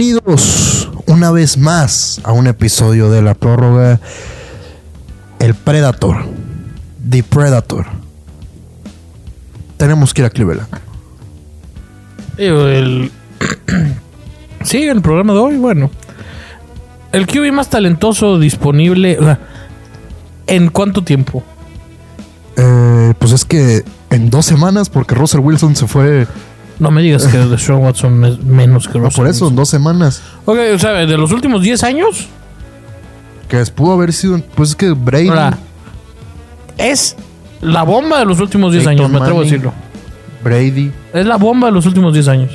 Bienvenidos una vez más a un episodio de la prórroga. El Predator. The Predator. Tenemos que ir a Cleveland. Digo, Eh, el... sí, el programa de hoy, bueno. El QB más talentoso disponible. o sea, ¿En cuánto tiempo? Eh, pues es que en dos semanas, porque Russell Wilson se fue. No me digas que Deshaun Watson es menos que No, Russell Ah, por eso, en dos semanas. Wilson. Ok, o sea, de los últimos 10 años, Que pudo haber sido. Pues es que Brady. ahora, es la bomba de los últimos 10 Peyton años, me atrevo a Manning. decirlo. Brady. Es la bomba de los últimos 10 años.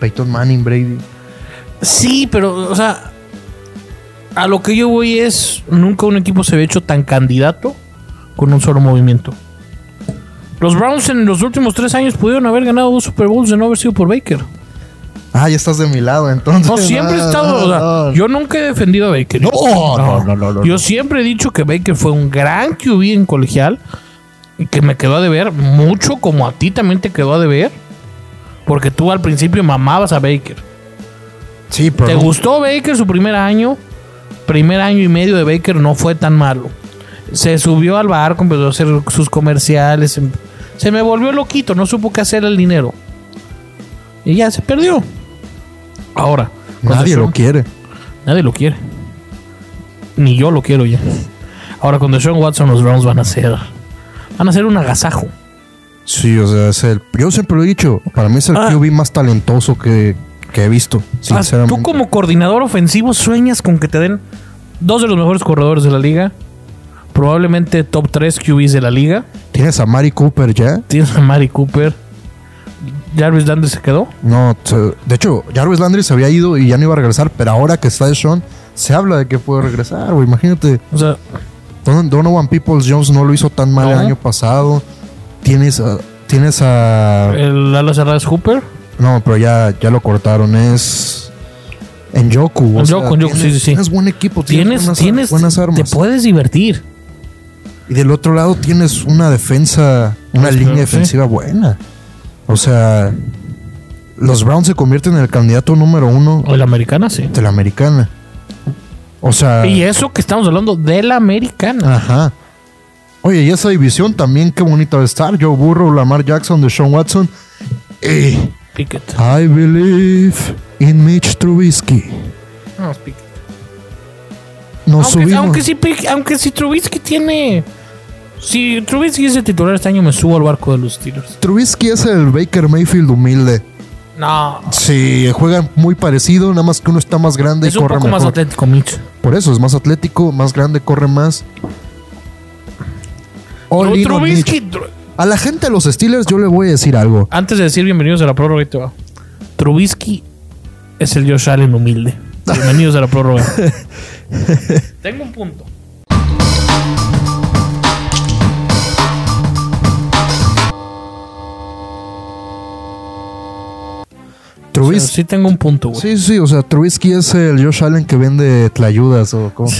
Peyton Manning, Brady. Sí, pero, o sea, a lo que yo voy es, nunca un equipo se había hecho tan candidato con un solo movimiento. Los Browns en los últimos tres años pudieron haber ganado dos Super Bowls de no haber sido por Baker. Ah, ya estás de mi lado, entonces. No, siempre he Ah, estado, o sea, ah, yo nunca he defendido a Baker. No, no, no, no, no. Yo siempre he dicho que Baker fue un gran QB en colegial y que me quedó a deber mucho como a ti también te quedó a deber. Porque tú al principio mamabas a Baker. Sí, pero. ¿Te no- gustó Baker su primer año? Primer año y medio de Baker no fue tan malo. Se subió al barco, empezó a hacer sus comerciales. em- Se me volvió loquito, no supo qué hacer el dinero. Y ya se perdió. Ahora. con Nadie Deshaun- lo quiere. Nadie lo quiere. Ni yo lo quiero ya. Ahora con Deshaun Watson los Browns van a ser... Van a ser un agasajo. Sí, o sea, es el. Yo siempre lo he dicho, para mí es el Ah. QB más talentoso que, que he visto, Ah, sinceramente. Tú como coordinador ofensivo sueñas con que te den dos de los mejores corredores de la liga. Probablemente top 3 QBs de la liga. ¿Tienes a Mari Cooper ya? Tienes a Mari Cooper. Jarvis Landry se quedó. No, se- de hecho, Jarvis Landry se había ido y ya no iba a regresar, pero ahora que está Sean, se habla de que puede regresar, güey. Imagínate, O sea, Don- Donovan Peoples Jones no lo hizo tan mal el No. año pasado. Tienes a. Tienes a. el ala cerrada es Hooper. No, pero ya, ya lo cortaron, es. En Yoku. Njoku, Njoku, sí, sí, sí. Tienes buen equipo, tienes, Tienes, buenas, tienes, buenas te armas. puedes divertir. Y del otro lado tienes una defensa, una Pues, línea claro, sí. defensiva buena. O sea, los Browns se convierten en el candidato número uno O la americana, sí. de la americana. O sea, Y eso que estamos hablando de la americana. ajá. Oye, y esa división también, qué bonita va a estar. Joe Burrow, Lamar Jackson, Deshaun Watson. Y Pickett. I believe in Mitch Trubisky. No, es Pickett. Nos Aunque, subimos. aunque, sí, Pick- aunque si Trubisky tiene... Si Trubisky es el titular este año, me subo al barco de los Steelers. Trubisky es el Baker Mayfield humilde. No, Sí, juegan muy parecido, nada más que uno está más grande es y un corre poco más mejor. atlético, Mitch. Por eso es más atlético, más grande, corre más. All in on Trubisky, Oh, Mitch. Tru- A la gente de los Steelers yo le voy a decir algo. antes de decir bienvenidos a la prórroga, ahí te va. Trubisky es el Josh Allen humilde. Bienvenidos a la prórroga. Tengo un punto. O sea, Trubisky. sí tengo un punto, güey. Sí, sí, o sea, Trubisky es el Josh Allen que vende tlayudas o cómo.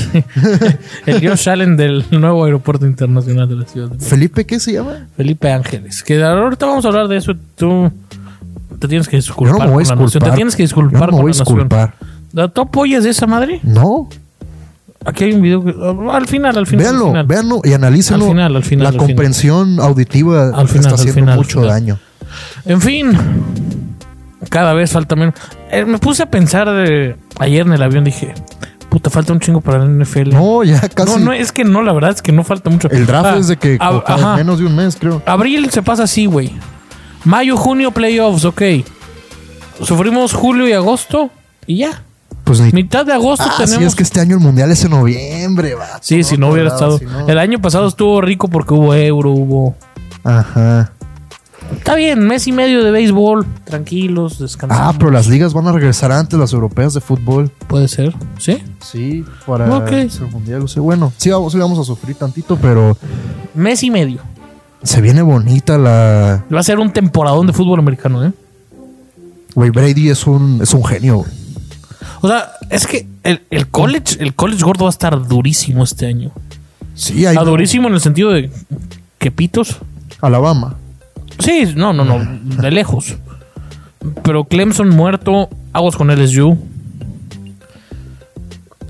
El Josh Allen del nuevo aeropuerto internacional de la ciudad. de México. Felipe, ¿qué se llama? Felipe Ángeles. Que ahorita vamos a hablar de eso. Tú te tienes Yo que no disculpar me voy a con la nación. disculpar. Te tienes que Yo disculpar no me con voy a la nación. disculpar. ¿Tú apoyas de esa madre? No, Aquí hay un video. que- oh, Al final, al final. al véanlo, final. véanlo y analícenlo. Al final, al final, La al final. comprensión auditiva Al final, está al haciendo final, al mucho final. daño. En fin, cada vez falta menos. Eh, me puse a pensar de- ayer en el avión, dije, puta, falta un chingo para la NFL. No, ya no, casi. no, es que no, la verdad es que no falta mucho. El draft Ah, es de que ab- como que ajá. menos de un mes, creo. Abril se pasa así, güey. Mayo, junio, playoffs, ok. Sufrimos julio y agosto y ya. Pues ni Mitad de agosto Ah, tenemos. sí, es que este año el mundial es en noviembre, va. Sí, si no hubiera estado. El año pasado estuvo rico porque hubo euro, hubo. Ajá. Está bien, mes y medio de béisbol, tranquilos, descansando. Ah, pero las ligas van a regresar antes, las europeas de fútbol. Puede ser, ¿sí? Sí, para Ok. el mundial. O sea, bueno, sí vamos, sí vamos a sufrir tantito, pero Mes y medio. se viene bonita la. Va a ser un temporadón de fútbol americano, ¿eh? Güey, Brady es un, es un genio. güey. O sea, es que el, el college, el college gordo va a estar durísimo este año. Sí, ahí. Ah, durísimo en el sentido de que pitos. Alabama. Sí, no, no, no, de lejos. Pero Clemson muerto, aguas con LSU.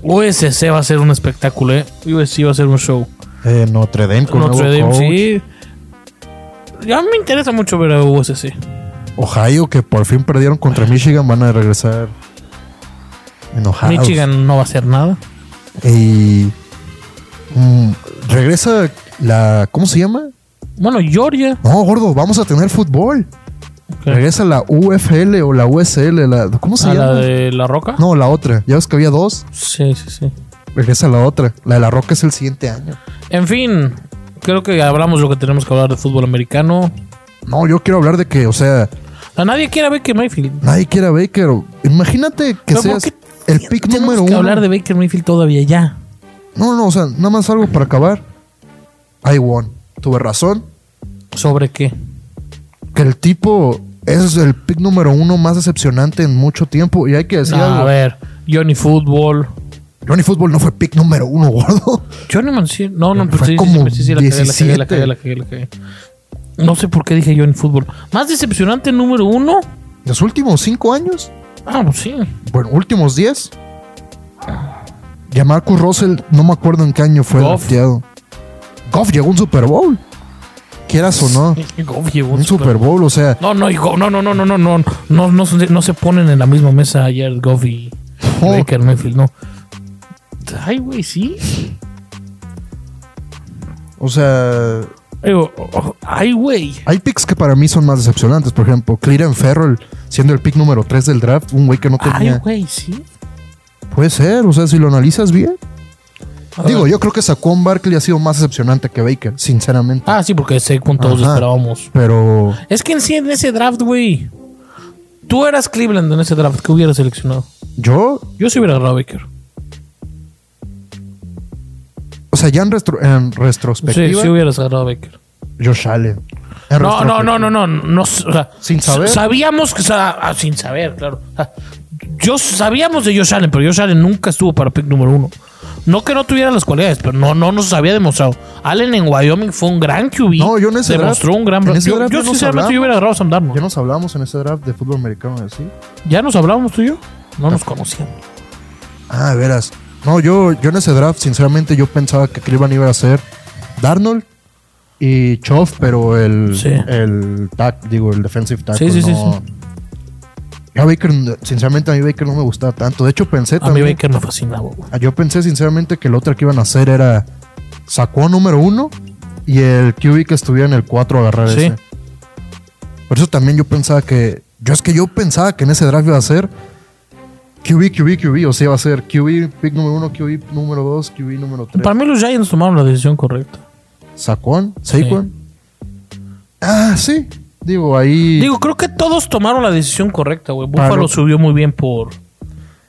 USC va a ser un espectáculo, ¿eh? USC va a ser un show. Eh, Notre Dame con Notre nuevo Dame, coach. sí. Ya me interesa mucho ver a USC. Ohio, que por fin perdieron contra Michigan, van a regresar enojados. Michigan no va a hacer nada. Y mm, regresa la. ¿Cómo se llama? Bueno, Georgia. No, gordo, vamos a tener fútbol. Regresa la UFL o la USL. La, ¿Cómo se ¿A llama? Ah, la de La Roca? No, la otra. Ya ves que había dos. Sí, sí, sí. Regresa la otra. La de la Roca es el siguiente año. En fin, creo que hablamos lo que tenemos que hablar de fútbol americano. No, yo quiero hablar de que, o sea, A nadie quiere a Baker Mayfield. nadie quiere a Baker. Imagínate que Pero, ¿por seas qué el pick Tenemos número que uno. hablar de Baker Mayfield todavía ya. No, no, o sea, nada más algo para acabar. I won. Tuve razón. ¿Sobre qué? Que el tipo es el pick número uno más decepcionante en mucho tiempo. Y hay que decir Ah, a Pues algo. ver, Johnny Football. Johnny Football no fue pick número uno, gordo. Johnny Manziel. No, no, pero Fue sí, sí, como sí, sí, sí, la cagué, la cagué, la 17. cagué, la cagué, la cagué. No sé por qué dije Johnny Football. ¿Más decepcionante número uno? Los últimos cinco años, Ah, pues sí. bueno, últimos diez. Ya Marcus Russell, no me acuerdo en qué año fue Goff. drafteado. Goff llegó a un Super Bowl. Quieras o no. Goff llegó Un Super Bowl, o sea, No, no, y Goff- no, no, no, no, no, no, no, no, se- no se ponen en la misma mesa Jared Goff y Oh. Baker Mayfield, no. Ay, güey, sí. o sea, Digo, oh, Ay, güey. hay picks que para mí son más decepcionantes. Por ejemplo, Clearen Ferrell, siendo el pick número 3 del draft, un güey que no Ay, tenía. güey, sí. Puede ser, o sea, si lo analizas bien. Ah. Digo, yo creo que Saquon Barkley ha sido más decepcionante que Baker, sinceramente. Ah, sí, porque sé con todos Ajá. esperábamos. Pero Es que en sí, en ese draft, güey. Tú eras Cleveland en ese draft. ¿Qué hubieras seleccionado? yo, Yo sí hubiera agarrado a Baker. o sea, ya en, retro- en Sí, retrospectiva, sí hubieras agarrado a Baker. Josh Allen. En No, no, retrospectiva. no, no, no, no. o sea, Sin saber. Sabíamos que. o sea, ah, sin saber, claro. O sea, yo sabíamos de Josh Allen, pero Josh Allen nunca estuvo para pick número uno. No que no tuviera las cualidades, pero no, no nos había demostrado. Allen en Wyoming fue un gran QB. No, yo en ese Demostró draft- un gran. en ese yo, draft yo no nos sinceramente, yo hablamos. hubiera agarrado a Sam Darnold. Ya nos hablamos en ese draft de fútbol americano, ¿sí? ¿Ya nos hablábamos tú y yo? No nos conocíamos. Ah, de veras. No, yo, yo en ese draft, sinceramente, yo pensaba que Cleveland iba a ser Darnold y Choff, pero el, Sí. el tack, digo, el defensive tackle. Sí, sí, sí, no- Ya Baker, sinceramente, a mí Baker no me gustaba tanto. De hecho, pensé A mí también. Baker me fascinaba, güey. Ah, Yo pensé, sinceramente, que el otro que iban a hacer era Sacó número uno y el QB que estuviera en el 4 agarrar Sí. ese. Por eso también yo pensaba que. Yo es que yo pensaba que en ese draft iba a ser QB, QB, QB. O sea, iba a ser QB, pick número uno, QB número 2, QB número 3. Para mí los Giants tomaron la decisión correcta. Saquon, Saquon. Ah, sí. Digo, ahí. Digo, creo que todos tomaron la decisión correcta, güey. Para Buffalo lo- subió muy bien por,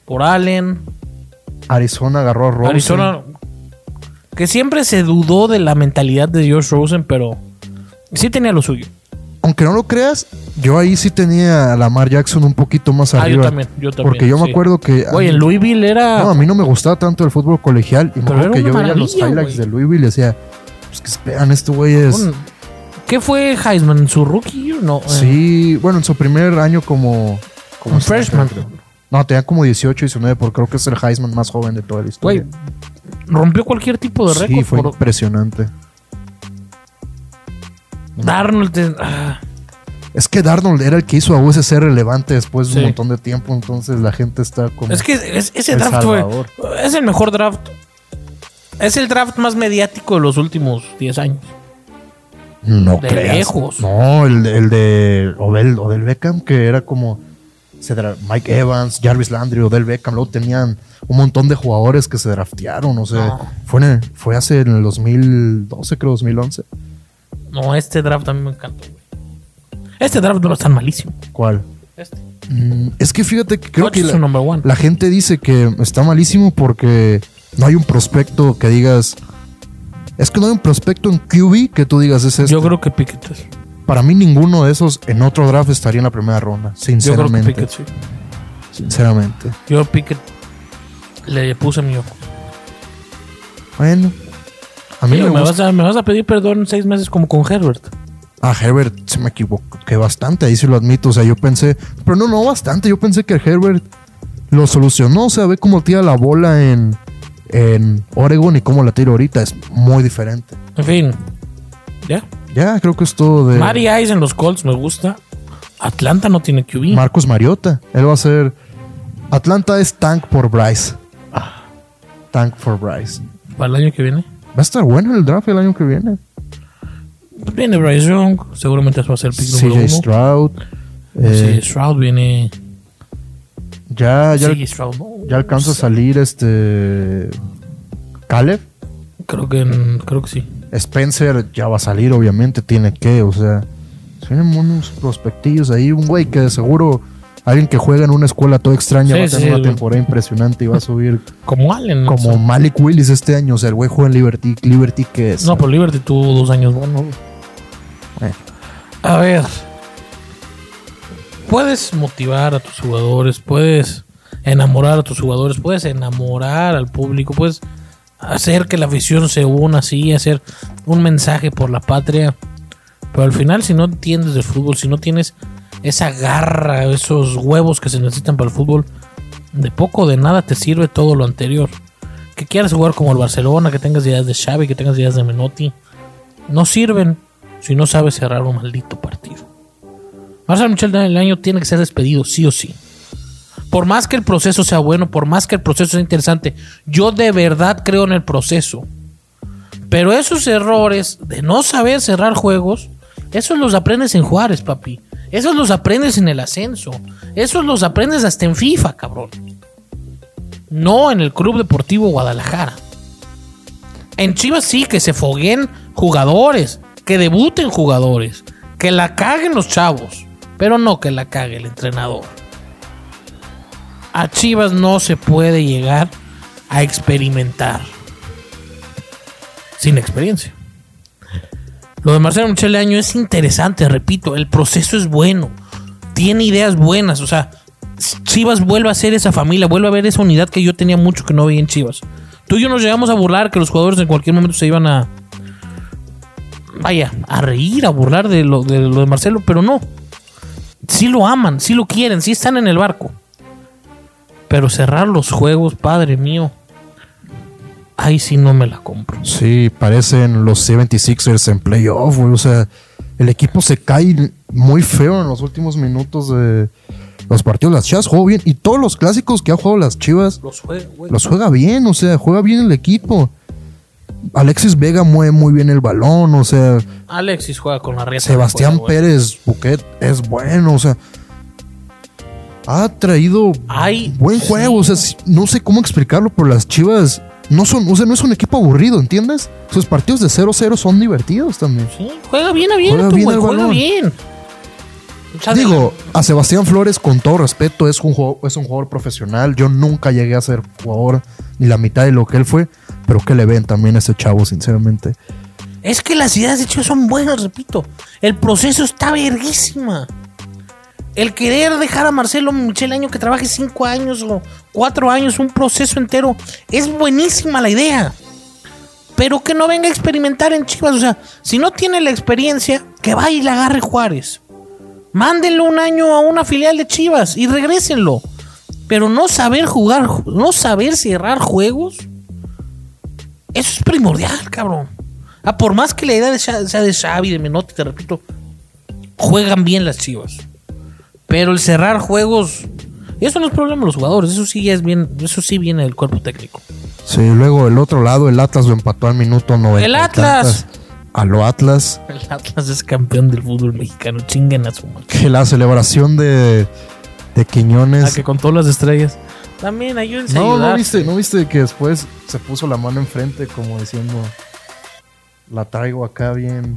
por Allen. Arizona agarró a Rosen. Arizona, que siempre se dudó de la mentalidad de George Rosen, pero sí tenía lo suyo. Aunque no lo creas, yo ahí sí tenía a Lamar Jackson un poquito más Ah, arriba. yo también, yo también. Porque yo me sí. acuerdo que. Güey, en Louisville era. No, a mí no me gustaba tanto el fútbol colegial. Y me Pero acuerdo era que una yo veía los maravilla, highlights güey. de Louisville y decía, pues que esperan, este güey es. un- ¿Qué fue Heisman? ¿En su rookie year? No. eh, sí, bueno, en su primer año como. como Un freshman. creo. No, tenía como 18, 19, porque creo que es el Heisman más joven de toda la historia. Güey, rompió cualquier tipo de récord. sí, fue por- impresionante. Darnold. te- ah. Es que Darnold era el que hizo a USC ser relevante después de Sí. un montón de tiempo, entonces la gente está como. Es que es- ese El draft fue. Salvador. Es el mejor draft. Es el draft más mediático de los últimos 10 años. No De creas. lejos. No, el, el de Odell, Odell Beckham, que era como se dra- Mike Evans, Jarvis Landry, Odell Beckham. Luego tenían un montón de jugadores que se draftearon. O sea, Ah. fue, en el- fue hace en el 2012, creo, 2011. No, este draft a mí me encantó, güey. Este draft no es tan malísimo. ¿Cuál? Este. Mm, es que fíjate que creo Hodges que es la, su number one. la gente dice que está malísimo porque no hay un prospecto que digas. Es que no hay un prospecto en QB que tú digas es este. Yo creo que Pickett es. Para mí, ninguno de esos en otro draft estaría en la primera ronda. Yo creo que Sinceramente. Pickett sí. Sinceramente. Yo Pickett le puse mi ojo. Bueno. A mí Digo, me me, gusta. vas a, me vas a pedir perdón en seis meses como con Herbert. A Ah, Herbert se me equivoqué bastante, ahí sí lo admito. O sea, yo pensé, pero no, no bastante. Yo pensé que Herbert lo solucionó. O sea, ve cómo tira la bola en, en Oregon y cómo la tira ahorita. Es muy diferente. En fin. ¿Ya? Ya, creo que es todo de Mari Ice en los Colts me gusta. Atlanta no tiene QB. Marcos Mariota. Él va a ser. Atlanta es tank por Bryce. Ah. Tank for Bryce. Para el año que viene. Va a estar bueno el draft el año que viene. Pues Viene Bryce Young, seguramente eso va a ser el pick número CJ uno. Stroud. Sí, eh, Stroud viene. Ya, ya, Sí, Stroud, no. ya alcanza a salir este. Caleb. Creo que, en- creo que sí. Spencer ya va a salir, obviamente, tiene que, o sea, tienen unos prospectillos ahí, un güey que de seguro, alguien que juega en una escuela toda extraña Sí, va a sí, tener sí, una güey. temporada impresionante y va a subir Como Allen. ¿no? como Malik Willis este año, o sea, el güey juega en Liberty, Liberty que es. No, pues. pero Liberty tuvo dos años bueno. Eh. A ver. Puedes motivar a tus jugadores, puedes enamorar a tus jugadores, puedes enamorar al público, puedes hacer que la afición se una así, hacer un mensaje por la patria. Pero al final, si no entiendes del fútbol, si no tienes esa garra, esos huevos que se necesitan para el fútbol, de poco o de nada te sirve todo lo anterior. Que quieras jugar como el Barcelona, que tengas ideas de Xavi, que tengas ideas de Menotti, no sirven si no sabes cerrar un maldito partido. Marcel Michel del año tiene que ser despedido, sí o sí. Por más que el proceso sea bueno, por más que el proceso sea interesante, yo de verdad creo en el proceso. Pero esos errores de no saber cerrar juegos, esos los aprendes en Juárez, papi. Esos los aprendes en el ascenso. Esos los aprendes hasta en FIFA, cabrón. No en el Club Deportivo Guadalajara. En Chivas sí, que se fogueen jugadores, que debuten jugadores, que la caguen los chavos, pero no que la cague el entrenador. A Chivas no se puede llegar a experimentar sin experiencia. Lo de Marcelo Michele Año es interesante, repito, el proceso es bueno, tiene ideas buenas, o sea, Chivas vuelve a ser esa familia, vuelve a ver esa unidad que yo tenía mucho que no veía en Chivas. Tú y yo nos llegamos a burlar que los jugadores en cualquier momento se iban a. Vaya, a reír, a burlar de lo de, lo de Marcelo, pero no. Sí lo aman, sí lo quieren, sí están en el barco. Pero cerrar los juegos, padre mío. Ahí sí no me la compro. Sí, parecen los 76ers en playoff, güey, o sea, el equipo se cae muy feo en los últimos minutos de los partidos. Las Chivas jugó bien y todos los clásicos que ha jugado las Chivas Los juegos, güey. los juega bien, o sea, juega bien el equipo. Alexis Vega mueve muy bien el balón, o sea, Alexis juega con la rieta. Sebastián Juega, güey. Pérez Buquet es bueno, o sea, ha traído Ay, buen sí. juego, o sea, si- no sé cómo explicarlo, pero las Chivas no son, o sea, no es un equipo aburrido, ¿entiendes? Sus partidos de 0-0 son divertidos también. Sí, juega bien abierto, Juega juega bien bien. al juega balón. bien. O sea, Digo, a Sebastián Flores, con todo respeto, es un, jugador, es un jugador profesional. Yo nunca llegué a ser jugador ni la mitad de lo que él fue, pero que le ven también a ese chavo, sinceramente. Es que las ideas de Chivas son buenas, repito. El proceso está verguísima. El querer dejar a Marcelo Michel Año que trabaje cinco años o cuatro años, un proceso entero, es buenísima la idea. Pero que no venga a experimentar en Chivas. O sea, si no tiene la experiencia, que vaya y la agarre Juárez. Mándenlo un año a una filial de Chivas y regrésenlo. Pero no saber jugar, no saber cerrar juegos, eso es primordial, cabrón. Ah, por más que la idea de Xa- sea de Xavi, de Menotti, te repito, juegan bien las chivas. Pero el cerrar juegos, eso no es problema de los jugadores, eso sí ya es bien, eso sí viene del cuerpo técnico. Sí, luego el otro lado, el Atlas lo empató al minuto 90. ¡El y Atlas! tantas. A lo Atlas. El Atlas es campeón del fútbol mexicano, chinguen a su madre. Que la celebración de, de Ah, Quiñones. que con todas las estrellas. También ayúdense a No, no ayudar. viste, no viste que después se puso la mano enfrente como diciendo, la traigo acá bien.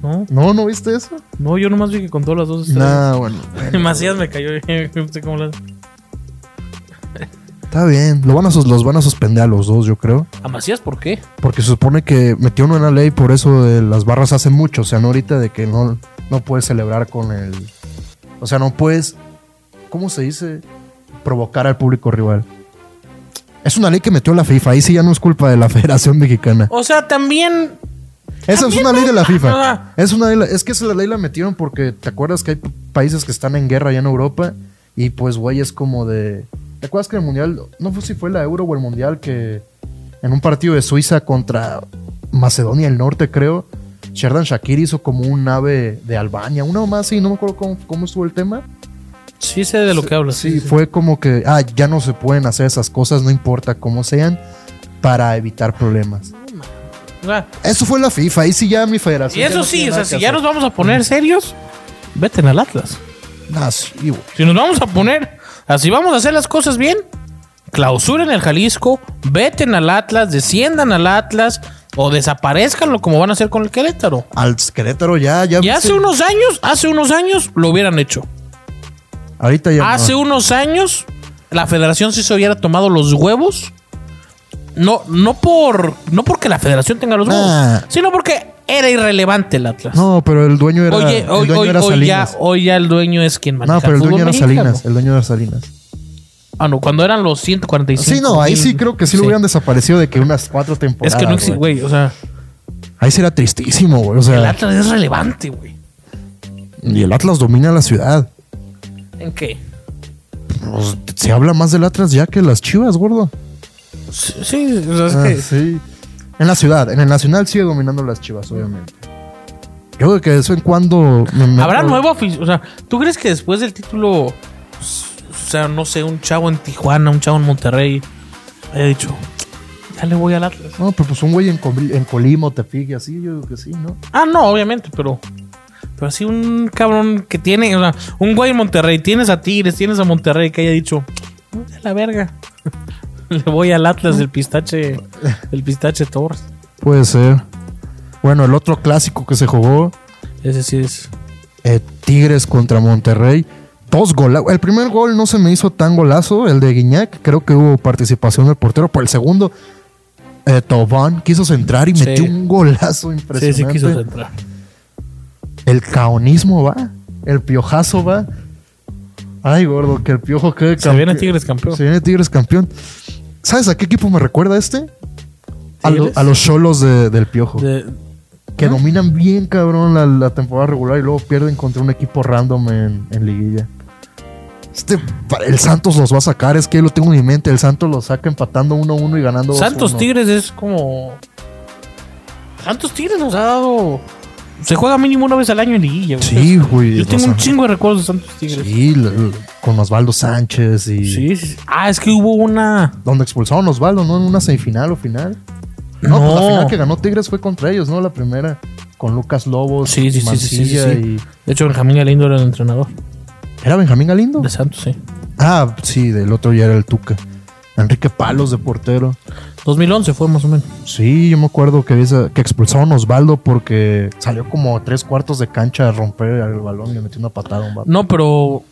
No, No, no viste eso. no, yo nomás vi que con todas las dos estrellas. Nah, bueno. Demasiadas me cayó bien, no sé cómo las- Está bien, lo van a sus- los van a suspender a los dos, yo creo. ¿A Macías por qué? Porque se supone que metió una ley por eso de las barras hace mucho. O sea, no ahorita de que no, no puedes celebrar con el. O sea, no puedes. ¿Cómo se dice? Provocar al público rival. Es una ley que metió la FIFA. Ahí sí ya no es culpa de la Federación Mexicana. O sea, también Esa es también, una ley de la FIFA. Ajá. Es una ley- es que esa la ley la metieron porque te acuerdas que hay p- países que están en guerra allá en Europa y pues güey es como de ¿Te acuerdas que en el mundial no fue si fue la Euro o el mundial que en un partido de Suiza contra Macedonia del Norte, creo, Sherdan Shakir hizo como un ave de Albania, una más así, no me acuerdo cómo, cómo estuvo el tema. Sí sé de lo que hablas. Sí, fue como que, ah, ya no se pueden hacer esas cosas, no importa cómo sean, para evitar problemas. O sea, Eso fue la FIFA, ahí sí ya mi federación. y ya eso no sí, tiene o sea, nada si que ya nos hacer. vamos a poner serios, vete al Atlas. Nah, sí, güey. Si nos vamos a poner, así vamos a hacer las cosas bien, clausuren el Jalisco, veten al Atlas, desciendan al Atlas o desaparezcanlo como van a hacer con el Querétaro. Al Querétaro ya, ya. Y hace sí. unos años, hace unos años lo hubieran hecho. Ahorita ya. Hace no. unos años la federación sí se hubiera tomado los huevos. No, no por. No porque la federación tenga los huevos. Nah. Sino porque era irrelevante el Atlas. No, pero el dueño era. Oye, el hoy, dueño hoy- era hoy ya, Salinas. hoy ya el dueño es quien maneja no, pero el dueño fútbol era mexicano. Salinas. El dueño era Salinas. Ah, no, cuando eran los 145. Sí, no, ahí sí creo que sí lo hubieran desaparecido de Ah. que unas cuatro Es temporadas. que no existe, güey. O sea, Ahí sí era tristísimo, güey. O el sea, Atlas es relevante, güey. y el Atlas domina la ciudad. ¿En qué? Pues, se habla más del Atlas ya que las chivas, gordo. Sí, o sea, es Ah, que- sí. En la ciudad, en el Nacional sigue dominando las chivas, obviamente. Yo creo que de vez en cuando. me meto- Habrá nuevo aficionado. O sea, ¿tú crees que después del título, pues, o sea, no sé, un chavo en Tijuana, un chavo en Monterrey, haya dicho, ya le voy al Atlas? No, pero pues un güey en, Col- en Colima, te fije así, yo creo que sí, ¿no? Ah, no, obviamente, pero. Pero así un cabrón que tiene, o sea, un güey en Monterrey, tienes a Tigres, tienes a Monterrey que haya dicho, "Mm, a la verga. Le voy al Atlas del pistache, del pistache Torres. Puede ser. Bueno, el otro clásico que se jugó, Ese sí es. eh, Tigres contra Monterrey. Dos golazos. El primer gol no se me hizo tan golazo, el de Guiñac. Creo que hubo participación del portero. Por el segundo, eh, Tobán quiso centrar y Sí. metió un golazo Sí, impresionante. sí quiso entrar. El caonismo va. El piojazo va. Ay, gordo, que el piojo quede Se viene Tigres campeón. Se viene Tigres campeón. ¿Sabes a qué equipo me recuerda este? A, lo- ¿Tigres? a los cholos del piojo. De- que dominan bien, cabrón, la, la temporada regular y luego pierden contra un equipo random en, en liguilla. Este, pa- el Santos los va a sacar, es que yo lo tengo en mi mente. El Santos los saca empatando 1-1 y ganando 2-1. Santos Tigres es como. Santos Tigres nos ha dado. Se juega mínimo una vez al año en liguilla, güey. Sí, güey. Yo o tengo sea, un chingo de recuerdos de Santos Tigres. Sí, la- la- con Osvaldo Sánchez y. Sí, sí, sí. Ah, es que hubo una. Donde expulsaron a Osvaldo, ¿no? En una semifinal o final. No, No. pues la final que ganó Tigres fue contra ellos, ¿no? La primera. Con Lucas Lobos, Sí, sí, sí, sí, sí, sí, Mancilla sí. De hecho, Benjamín Galindo era el entrenador y- ¿Era Benjamín Galindo? de Santos, sí. Ah, sí, del otro ya era el Tuca. Enrique Palos de portero. 2011 fue más o menos. Sí, yo me acuerdo que, esa- que expulsaron a Osvaldo porque salió como a tres cuartos de cancha a romper el balón y le metió una patada a un vato. No, pero.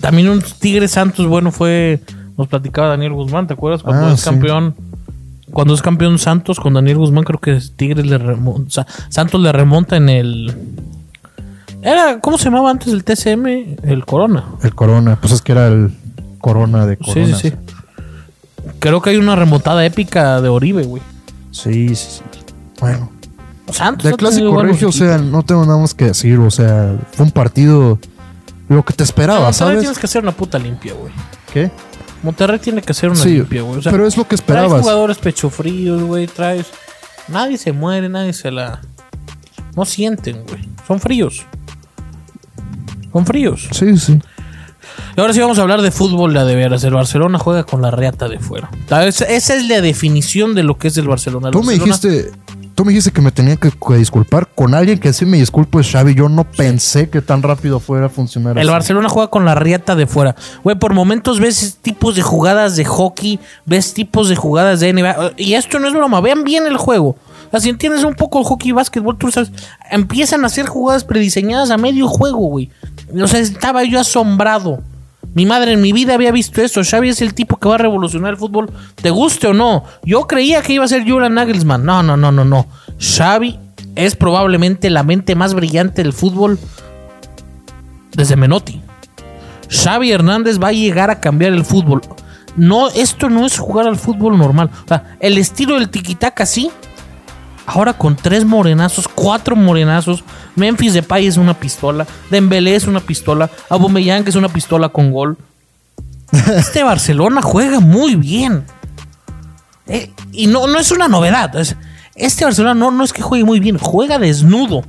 También un Tigres Santos bueno fue. Nos platicaba Daniel Guzmán, ¿te acuerdas? Cuando Ah, es sí. campeón. Cuando es campeón Santos con Daniel Guzmán, creo que Tigres le remonta. Santos le remonta en el. Era, ¿cómo se llamaba antes el TCM? El Corona. El Corona, pues es que era el Corona de Sí, sí, Corona. sí. Creo que hay una remontada épica de Oribe, güey. Sí, sí, sí. Bueno, Santos. de ha tenido clásico Pues buenos regio, o equipos. sea, no tengo nada más que decir, o sea, fue un partido lo que te No, esperaba, Monterrey ¿sabes? tienes que hacer una puta limpia, güey. ¿Qué? Monterrey tiene que hacer una Sí, limpia, güey. O sea, pero es lo que traes esperabas. jugadores pechofríos, güey. Traes. Nadie se muere, nadie se la. No sienten, güey. Son fríos. Son fríos. Sí, sí. Y ahora sí vamos a hablar de fútbol, la de veras. El Barcelona juega con la reata de fuera. Ta- Esa esa es la definición de lo que es el Barcelona. El Tú me Barcelona- dijiste, tú me dijiste que me tenía que, que disculpar con alguien que sí me disculpo es Xavi. Yo no pensé que tan rápido fuera a funcionar. El así. Barcelona juega con la riata de fuera. Güey, por momentos ves tipos de jugadas de hockey, ves tipos de jugadas de NBA. eh, Y esto no es broma, vean bien el juego. O sea, si entiendes un poco el hockey y básquetbol, tú sabes, empiezan a hacer jugadas prediseñadas a medio juego, güey. O sea, estaba yo asombrado. Mi madre en mi vida había visto esto. Xavi es el tipo que va a revolucionar el fútbol, te guste o no. Yo creía que iba a ser Julian Nagelsmann. No, no, no, no, no. Xavi es probablemente la mente más brillante del fútbol desde Menotti. Xavi Hernández va a llegar a cambiar el fútbol. No, esto no es jugar al fútbol normal. O sea, el estilo del tiquitaca sí. Ahora con tres morenazos, cuatro morenazos. Memphis Depay es una pistola. Dembélé es una pistola. Aubameyang es una pistola con gol. Este Barcelona juega muy bien. Eh, y no, no es una novedad. Es- este Barcelona no, no es que juegue muy bien, juega desnudo.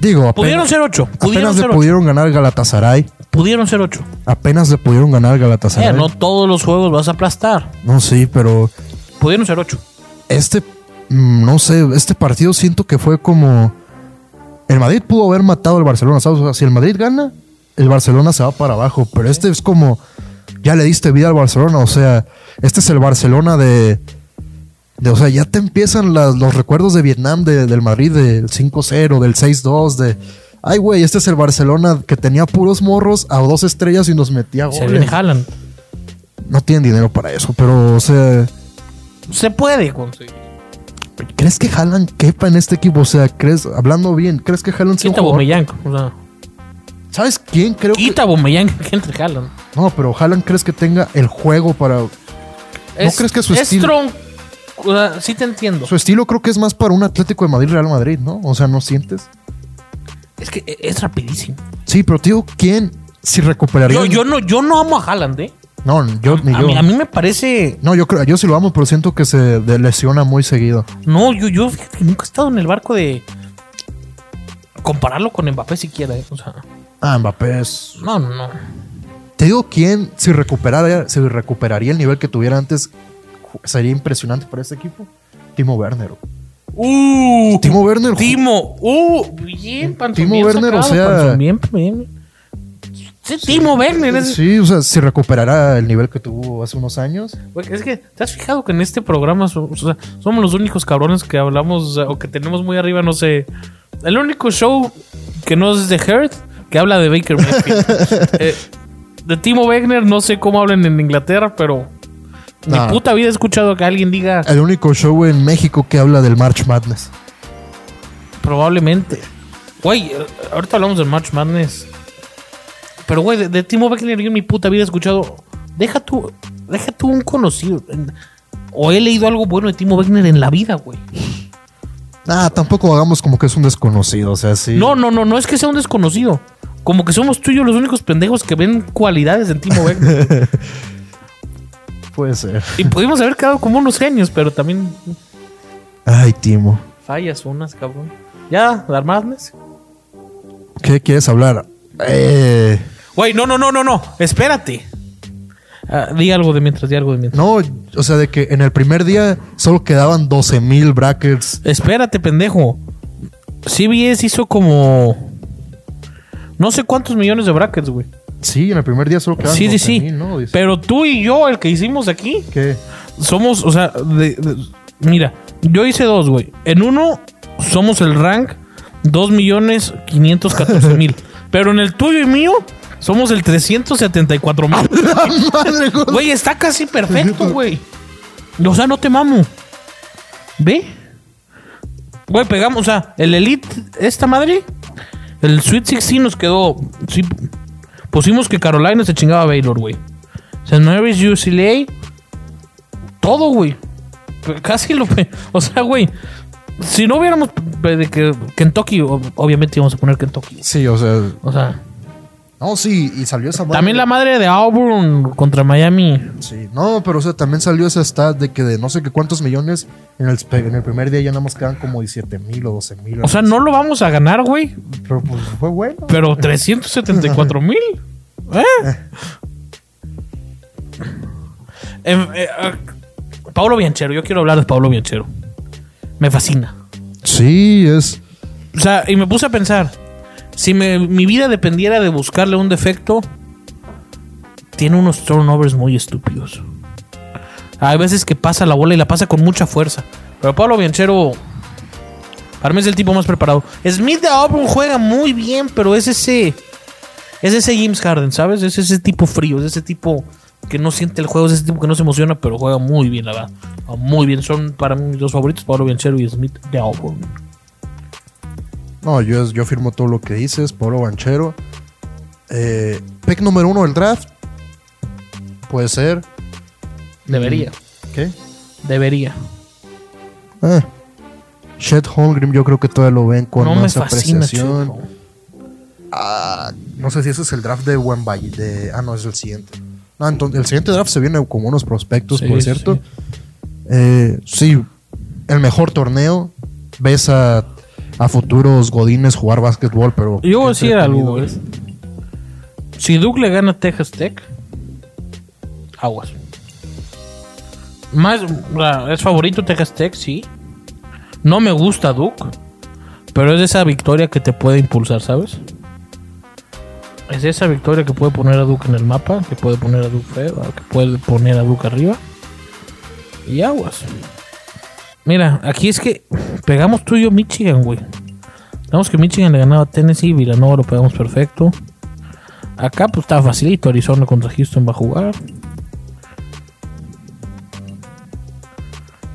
Digo, apenas, Pudieron ser ocho. Pudieron apenas ser le ocho. pudieron ganar Galatasaray. Pudieron ser ocho. Apenas le pudieron ganar Eh, Galatasaray. no todos los juegos vas a aplastar. no, sí, pero Pudieron ser ocho. este, mm, no sé, este partido siento que fue como... El Madrid pudo haber matado al Barcelona, ¿sabes? O sea, si el Madrid gana, el Barcelona se va para abajo, pero este es como, ya le diste vida al Barcelona, o sea, este es el Barcelona de... de- o sea, ya te empiezan las- los recuerdos de Vietnam, de- del Madrid, del 5-0, del 6-2, de... Ay, güey, este es el Barcelona que tenía puros morros a dos estrellas y nos metía Se viene goles. Haaland. No tienen dinero para eso, pero, o sea... Se puede conseguir. ¿Crees que Haaland quepa en este equipo? O sea, ¿crees, hablando bien, ¿crees que Haaland sea un Quita jugador? Bomellán. O sea, ¿Sabes quién creo que...? quita Bomellán que entre Haaland. No, pero Haaland crees que tenga el juego para... crees que su es estilo- tron- o sea, sí te entiendo. Su estilo creo que es más para un Atlético de Madrid, Real Madrid, ¿no? O sea, ¿no sientes? Es que es rapidísimo. Sí, pero tío, ¿quién si recuperaría? Yo, yo, no, yo no amo a Haaland, ¿eh? No, yo ni A yo. mí, a mí me parece. No, yo creo, yo sí lo amo, pero siento que se de- lesiona muy seguido. No, yo, yo fíjate que nunca he estado en el barco de compararlo con Mbappé siquiera. ¿eh? O sea, Ah, Mbappé es... no, no, no. Te digo, ¿quién si recuperara, si recuperaría el nivel que tuviera antes? ju- Sería impresionante para este equipo. Timo Werner. Uh, Timo Werner. ju- Timo, uh, bien, Panzón, Timo bien Werner, sacado, o sea- Panzón, bien, bien. Sí, Timo Werner. Es, Eh, Sí, o sea, si recuperara el nivel que tuvo hace unos años. Güey, es que, ¿te has fijado que en este programa so- o sea, somos los únicos cabrones que hablamos o sea, o que tenemos muy arriba, no sé? El único show que no es de Heart que habla de Baker Mayfield. Eh, de Timo Wegner, no sé cómo hablan en Inglaterra, pero Nah. ni puta vida he escuchado que alguien diga El único show en México que habla del March Madness. probablemente. Güey, eh, ahorita hablamos del Match Madness. Pero, güey, de, de Timo Wegner yo en mi puta vida he escuchado. Deja tú, deja tú un conocido. O he leído algo bueno de Timo Wegner en la vida, güey. Ah, tampoco hagamos como que es un desconocido, o sea, sí. No, no, no, no es que sea un desconocido. Como que somos tú y yo los únicos pendejos que ven cualidades en Timo Werner. Puede ser. y pudimos haber quedado como unos genios, pero también Ay, Timo. fallas unas, cabrón. Ya, dar más. ¿Qué quieres hablar? Eh, Güey, no, no, no, no, no. Espérate. Ah, di algo de mientras, di algo de mientras. no, o sea, de que en el primer día solo quedaban 12 mil brackets. Espérate, pendejo. CBS hizo como. No sé cuántos millones de brackets, güey. Sí, en el primer día solo quedaban Sí, sí, 12 sí. mil, ¿no? Dice, Pero tú y yo, el que hicimos aquí, ¿Qué? Somos, o sea, de- de- mira, yo hice dos, güey. En uno somos el rank 2 millones 514 mil. pero en el tuyo y mío somos el 374 mil. ¡Ah, Madre, güey. Güey, está casi perfecto, güey. O sea, no te mamo. ¿Ve? Güey, pegamos, o sea, el Elite, esta madre, el Sweet 16 nos quedó. Sí, pusimos que Carolina se chingaba a Baylor, güey. St. Mary's, UCLA, todo, güey. Pero Casi lo. pe- O sea, güey, si no hubiéramos pe- de que Kentucky, o- obviamente íbamos a poner Kentucky. Sí, o sea. O sea, No, sí, y salió esa madre. también la madre de Auburn contra Miami. Sí, no, pero o sea, también salió esa stat de que de no sé qué cuántos millones en el, pe- en el primer día ya nada más quedan como 17 mil o 12 mil. O sea, no lo vamos a ganar, güey. Pero pues fue bueno. Pero 374 mil. ¿Eh? Em, eh, ah, Paulo Bianchero, yo quiero hablar de Paulo Bianchero. Me fascina. Sí, es. O sea, y me puse a pensar, si me- mi vida dependiera de buscarle un defecto, tiene unos turnovers muy estúpidos. Hay veces que pasa la bola y la pasa con mucha fuerza. Pero Pablo Bianchero, para mí es el tipo más preparado. Smith de Auburn juega muy bien, pero es ese... Es ese James Harden, ¿sabes? Es ese tipo frío, es ese tipo que no siente el juego, es ese tipo que no se emociona, pero juega muy bien, la verdad. Juega Muy bien, son para mí mis dos favoritos, Pablo Bianchero y Smith de Auburn. No, yo, es- yo firmo todo lo que dices, Pablo Banchero. Eh, pick número uno del draft. Puede ser. Debería. ¿Qué? Debería. Ah, Chet Holmgren yo creo que todavía lo ven con no me más fascina, apreciación. chico. Ah, no sé si ese es el draft de Wemby. De, ah, no, es el siguiente. No, entonces, el siguiente draft se viene con unos prospectos, Sí, por cierto. Eh, sí, el mejor torneo. Ves a, a futuros godines jugar básquetbol, pero... Yo voy a qué decir algo, entretenido güey. es. Si Duke le gana a Texas Tech, aguas. Más, o sea, es favorito Texas Tech, sí. No me gusta Duke, pero es esa victoria que te puede impulsar, ¿sabes? Es esa victoria que puede poner a Duke en el mapa, que puede poner a Duke feo, que puede poner a Duke arriba. Y aguas. Mira, aquí es que pegamos tú y yo Michigan, güey. Vemos que Michigan le ganaba a Tennessee, Villanova lo pegamos perfecto. Acá pues está facilito, Arizona contra Houston va a jugar.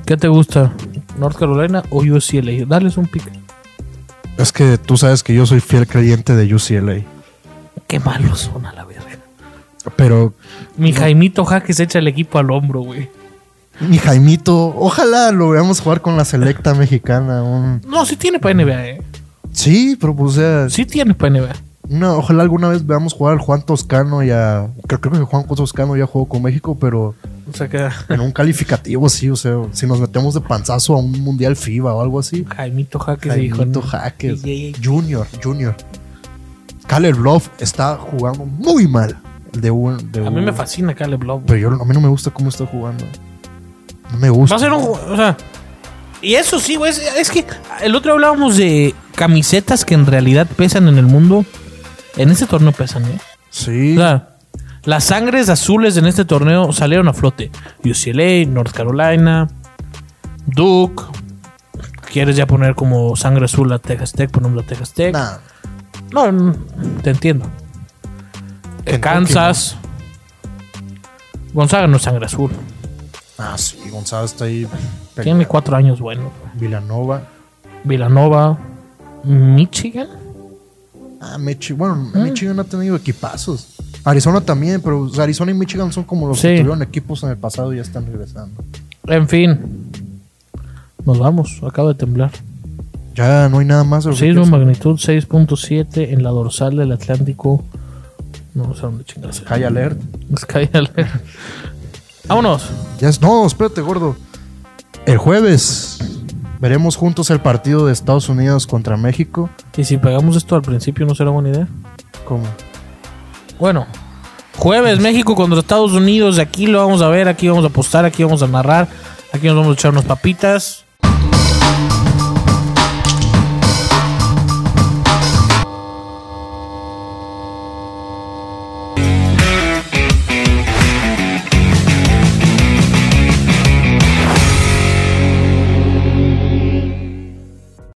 ¿Qué te gusta? ¿North Carolina o UCLA? Dales un pick. Es que tú sabes que yo soy fiel creyente de UCLA. Qué malos son a la verga. Pero Mi Jaimito Jaques echa el equipo al hombro, güey. mi Jaimito, ojalá lo veamos jugar con la selecta mexicana. un- No, sí tiene para NBA, eh. Sí, pero pues o sea, Sí tiene para NBA. no, ojalá alguna vez veamos jugar al Juan Toscano y a... Creo, creo que Juan Toscano ya jugó con México, pero O sea que en un calificativo sí, o sea, si nos metemos de panzazo a un Mundial FIBA o algo así. Jaimito Jaques Jaimito dijo. ¿no? Jaques, Y- y- Junior, Junior. Caleb Love está jugando muy mal. El de un, de A mí me un- fascina Caleb Love. güey. Pero yo, a mí no me gusta cómo está jugando. No me gusta. Va a ser un. ju- O sea. Y eso sí, güey. Es, es que el otro hablábamos de camisetas que en realidad pesan en el mundo. En este torneo pesan, ¿eh? O Sí. sea, las sangres azules en este torneo salieron a flote. UCLA, North Carolina, Duke. ¿Quieres ya poner como sangre azul a Texas Tech? Ponemos a Texas Tech. Nah, No, no, te entiendo. Eh, Kentucky, Kansas. Gonzaga no es sangre azul. Ah, sí, Gonzalo está ahí. Tiene cuatro años bueno. Villanova. Villanova, Michigan. Ah, Michigan. Bueno, Michigan ha tenido equipazos. Arizona también, pero o sea, Arizona y Michigan son como los que Sí. tuvieron equipos en el pasado y ya están regresando. En fin. Nos vamos, acaba de temblar. Ya no hay nada más. de lo que Sismo quieras. magnitud 6.7 en la dorsal del Atlántico. No sé dónde chingarse. High alert. Sky Alert. Vámonos. Ya es- no, espérate, gordo. El jueves veremos juntos el partido de Estados Unidos contra México. Y si pegamos esto al principio, no será buena idea. ¿Cómo? Bueno, jueves México contra Estados Unidos. Aquí lo vamos a ver, aquí vamos a apostar, aquí vamos a narrar. Aquí nos vamos a echar unas papitas.